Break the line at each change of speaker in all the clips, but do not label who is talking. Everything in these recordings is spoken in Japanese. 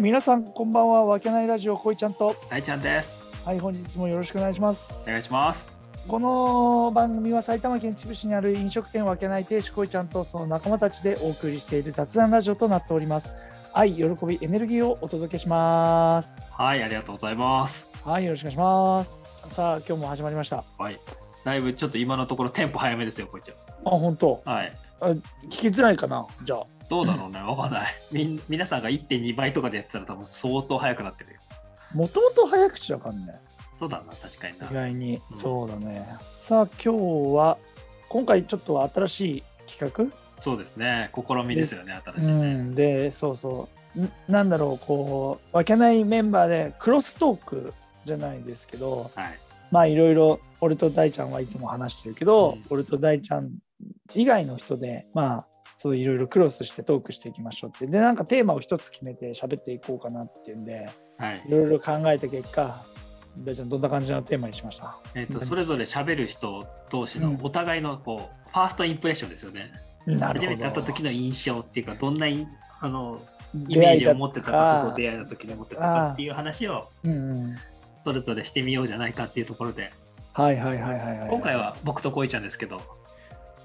皆さんこんばんはわけないラジオこいちゃんと
大ちゃんです。
はい本日もよろしくお願いします
お願いします。
この番組は埼玉県秩父市にある飲食店を分けない亭主こいちゃんとその仲間たちでお送りしている雑談ラジオとなっております愛喜びエネルギーをお届けします
はい、ありがとうございます。
はいよろしくお願いしますさあ今日も始まりましたあ
はい。だいぶちょっと今のところテンポ早めですよ、こいち
本当
ゃん。はい。
あ聞きづらいかなじゃあ
どうだろうね、わかんない。 みん、皆さんが1.2倍とかでやってたら多分相当早くなってるよ。
もともと早口だからね
そうだな、確かにな
意。外に、
うん
そうだねさあ今日は今回ちょっと新しい企
そうですね、試みですよね、新
画
し
う
い。
んでそうそうんなんだろうこう分けないメンバーでクロストークじゃないですけど
はい。
まあいろいろ俺と大ちゃんはいつも話してるけど、
うん
俺と大ちゃん以外の人でまあそういろいろクロスしてトークしていきましょうってでなんかテーマを一つ決めて喋っていこうかなっていうんで
はい
い。ろいろ考えた結果大ちゃんどんな感じのテーマにしました
えっ、と、それぞれ喋る人同士
うん
のお互いのこう、ファーストインプレッションですよね。
な
初めて会った時の印象っていうか、どんなインあのイ
イ
メージを持ってたか、
出会いだとか
そうそう、出会いの時に持ってたかっていう話を
うんうん、
それぞれしてみようじゃないかっていうところで、
はいはいはいはい、はい、
今回は僕とこいちゃんですけど、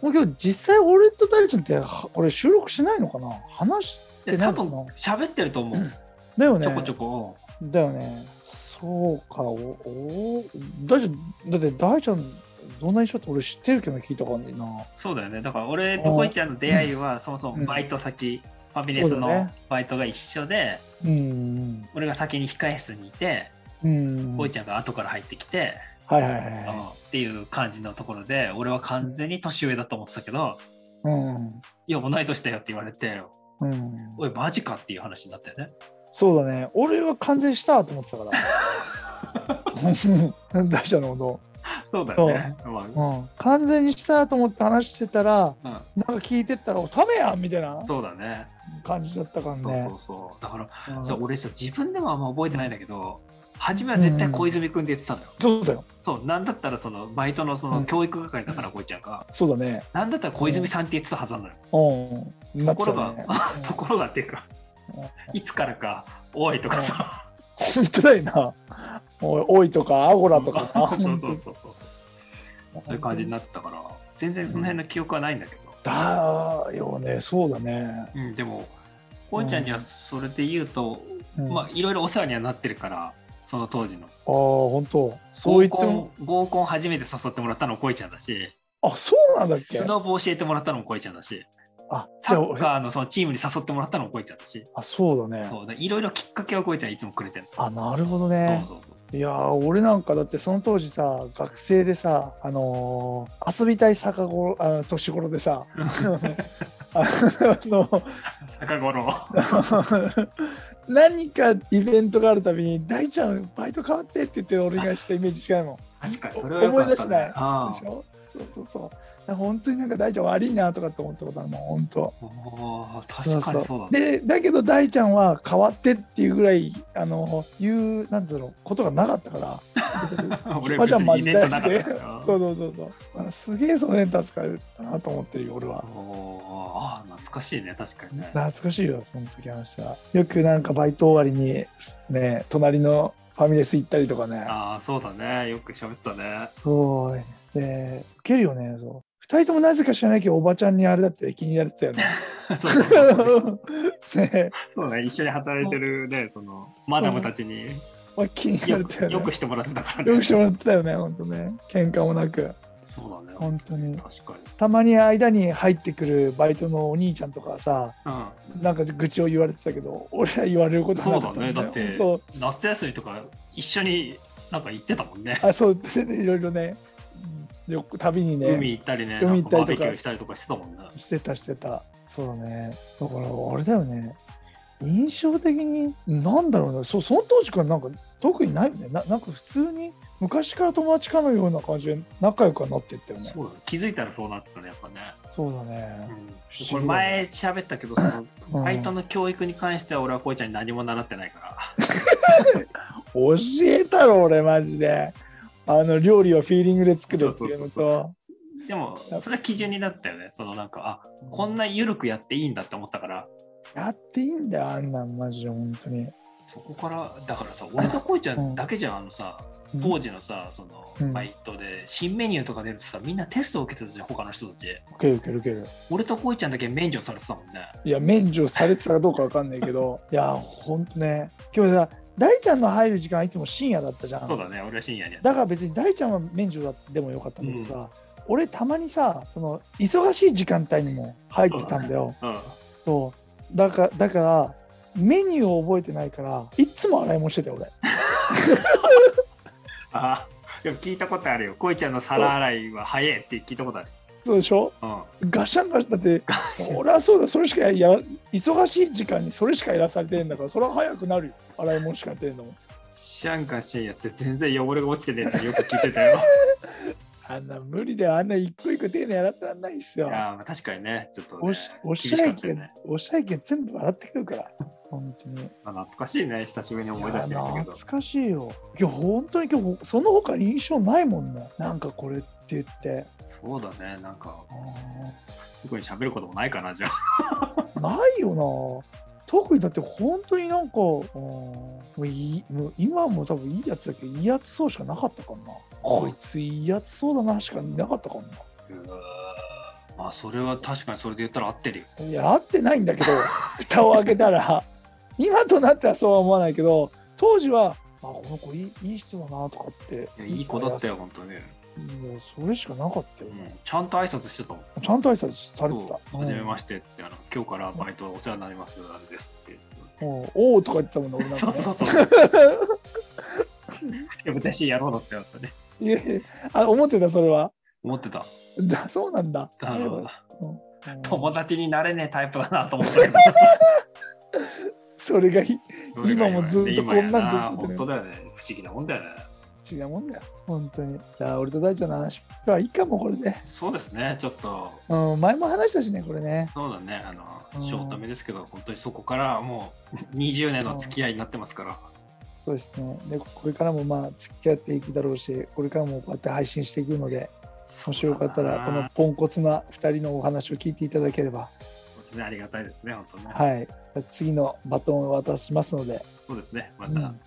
もう今日実際俺と大ちゃんっては俺収録しないのかな話して
で
な
多
いの
分
かな
喋ってると思う、
だよね
ちょこちょこ。
だよねそうかおお大ちゃんだって大ちゃんどんな印象って俺知ってるけど聞いた感じな
そうだよね。だから俺とこいちゃんの出会いは、そもそもバイト先、ファミレス
そうだ
の
ね
バイトが一緒で、
うん
俺が先に控室にいて、
うん
こいちゃんが後から入ってきて、
はいはい
あ
は
のっていう感じのところで、俺は完全に年上だと思ってたけど、
いうん
いや、同い年だよって言われて、
うん、
おい、マジかっていう話になったよね。
そうだね俺は完全したと思ってたから 大ちゃんのこ
そうだよね。ま
と、うん、完全にしたと思って話してたら
あうん
なんか聞いてったら「おためやん!」みたいな
そうだね。
感じだったからね
そうそうそう。だから、
うん
そう俺さ自分でもあんま覚えてないんだけど初めは絶対小泉君って言ってたのよ、
そうだよ
そうなんだったらそのバイトのそうの
ん
教育係だからこいちゃんが、
そうだね
なんだったら小泉さんって言ってたはずなのよ、
うんな
と
って
こ
た
ろ
ね
が、
うん
ところがっていうかいつからかおいとかさ、
本当だよな。おい、おいとか、アゴラとかな。
そうそうそうそう
本当
そういう感じになってたから全然その辺の記憶はないんだけど、
だよね、そうだね。
うんでもこいちゃんにはそれで言うと、
うん、
ま
あ
あいろいろお世話にはなってるからその当時
あ、
の
本当。そう言
合
っても
コ、ン合コン初めて誘ってもらったのこいちゃんだし
あ、そうなんだっけ
ス。ノボ教えてもらったのもこいちゃんだし、
あ、じ
サ
ゃ
ッ
あ、
カーのそのチームに誘ってもらったのもこいちゃんだし、
あ、そうだね。
そうだいろいろきっかけをこいちゃんいつもくれてる。
あ、なるほど
そう
ね。
そうそう
いやー、俺なんかだって、その当時さ、学生でさ、あのー遊びたい坂頃、あ、年頃でさ。 あの。
坂頃、
何かイベントがあるたびに「大ちゃんバイト変わって」って言ってお願いしたイメージしかないもん。
確かにそれは良かった、
思
ね、
い出しない
あ
でしょそうそうそう。なんか本当になんか大ちゃん悪いなとかって思ったことあるもん、本当。
あおー確かにそうだね。
で、だけど大ちゃんは変わってっていうぐらい、あの、いう、なんだろう、ことがなかったから。
俺別にイベントなかったか
そ
ら。
うそうそうそう。あすげえその辺助かるなと思ってるよ、俺は。
おーあー懐かしいね、確かにね。
懐かしいよ、その時話は。よくなんかバイト終わりに、ね、隣のファミレス行ったりとかね。
ああ、そうだね。よく喋ってたね。
そう。で、ウケるよね、そう。二人ともなぜか知らないけど、おばちゃんにあれだって気になってたよ ね。
そうそうそう
ねえ
そうね。一緒に働いてるね、そのマダムたちに
まあ、気にな
よ
るたよ
く
ね。
よくしてもらってたから
よ
ね
く。してもらってたよね、本当ね。喧嘩もなく、
そうだね。
本当に。
確かに。
たまに間に入ってくるバイトのお兄ちゃんとかはさ、
うん。
なんか愚痴を言われてたけど、俺ら言われること
そう
なか
だ
った
ね、
んよ
だって
そう、
夏休みとか一緒になんか行ってたもんね。
あ、そう、でいろいろね、よく旅にね、
海行ったりね、
海行ったりとか
なんバーベキューしたりとかしてたもんね。
してた、してた。そうだね。だから、あれだよね。印象的に、なんだろうな、そうその当時からなんか特にないよね。ななんか普通に、昔から友達かのような感じで仲良くはなっていったよね。
そうだね気づいたらそうなってたね、やっぱね。
そうだね
う。ん
不思議だね
これ前喋ったけど、そ
うん
のバイトの教育に関しては俺はこいちゃんに何も習ってないか
教えたろ俺マジであの料理をフィーリングで作るっていう
そうそ
の
うそう
と
ら。でも、それは基準になったよね。そのなんか、あこんな緩くやっていいんだって思ったから、
やっていいんだよあんなんマジで本当に
そこからだからさ俺とこいちゃんだけじゃんあのさ
うん
当時のさその
うん
バイトで新メニューとか出るとさみんなテストを受けてたじゃん他の人たち
受ける受ける受ける
俺とこいちゃんだけ免除されてたもんね
いや免除されてたかどうかわかんないけ どいやほんとね今日さ大ちゃんの入る時間はいつも深夜だったじゃん
そうだね俺は深夜にやって
だから別に大ちゃんは免除でもよかったんだけどさ、俺たまにさその忙しい時間帯にも入ってたんだよ
うんあ
そうだからだからメニューを覚えてないからいっつも洗い物してたよ俺
あでも聞いたことあるよこいちゃんの皿洗いは早いって聞いたことある
そうでしょ
うん
ガシャンガシャンだって俺はそうだそれしかや忙しい時間にそれしかやらされてるんだからそれは早くなるよ洗い物しかやってんだもん
シャンガンシャンやって全然汚れが落ちてねえってよく聞いてたよ
あんな無理だよあんな一個一個丁寧に洗ってらんないっす
い
よ
やーまあ確かにねちょっと、ね、
おしおし
厳
ゃ
か
い
ったよ
券
ね、
おしゃい券全部洗ってくるから本当に
まあ、懐かしいね久しぶりに思い出してみたけ
懐
ど
かしいよいや本当に今日その他に印象ないもんねなんかこれって言って
そうだねなんか
あー
特に喋ることもないかなじゃあ
ないよな特にだって本当になんか、うん、もういいもう今も多分いいやつだけどいいやつそうしかなかったからなこいついいやつそうだなしかなかったからな
うーまあそれは確かにそれで言ったら合ってるよ
いや合ってないんだけ ど蓋を開けたら今となってはそうは思わないけど当時はあこの子いいいい人だなとかって
いやいい子だったよ本当に、うん、
いやそれしかなかったよ、ね
ちゃんと挨拶してたもん
ちゃんと挨拶されてた
そうはじめましてってあの今日からバイトお世話になりますあれですって
うんうんおおとか言ってたもんね俺なんか
そ
ね
うそうそうふてぶてしい野郎だったよってね
いやいやあ思ってたそれは
思ってた
だそうなんだ
あ
やっ
の
ぱうん
友達になれねえタイプだなと思ったけど
それがいい
どれが
今もずっと
今や
こんなんずっとやってる
本当だよね。不思議なもんだよね。
違うもんだよ本当にじゃあ俺と大ちゃんの話はいいかもこれで、
そうですね、ちょっと、
うん、前も話したしねこれね
そうだね、あの、
うん
ショート目ですけど、本当にそこからもう20年の付き合いになってますから、
そうですねでこれからもまあ付き合っていくだろうしこれからもこうやって配信していくのでもしよかったらこのポンコツな2人のお話を聞いていただければ
そうですね、ありがたいですね、本当ね。
はい次のバトンを渡しますので、
そうですね、ま
う
た
ん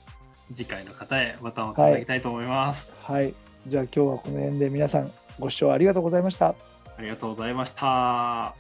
次回の方へまたお伝えきたいと思います。
はいじゃあ今日はこの辺で皆さんご視聴ありがとうございました
ありがとうございました。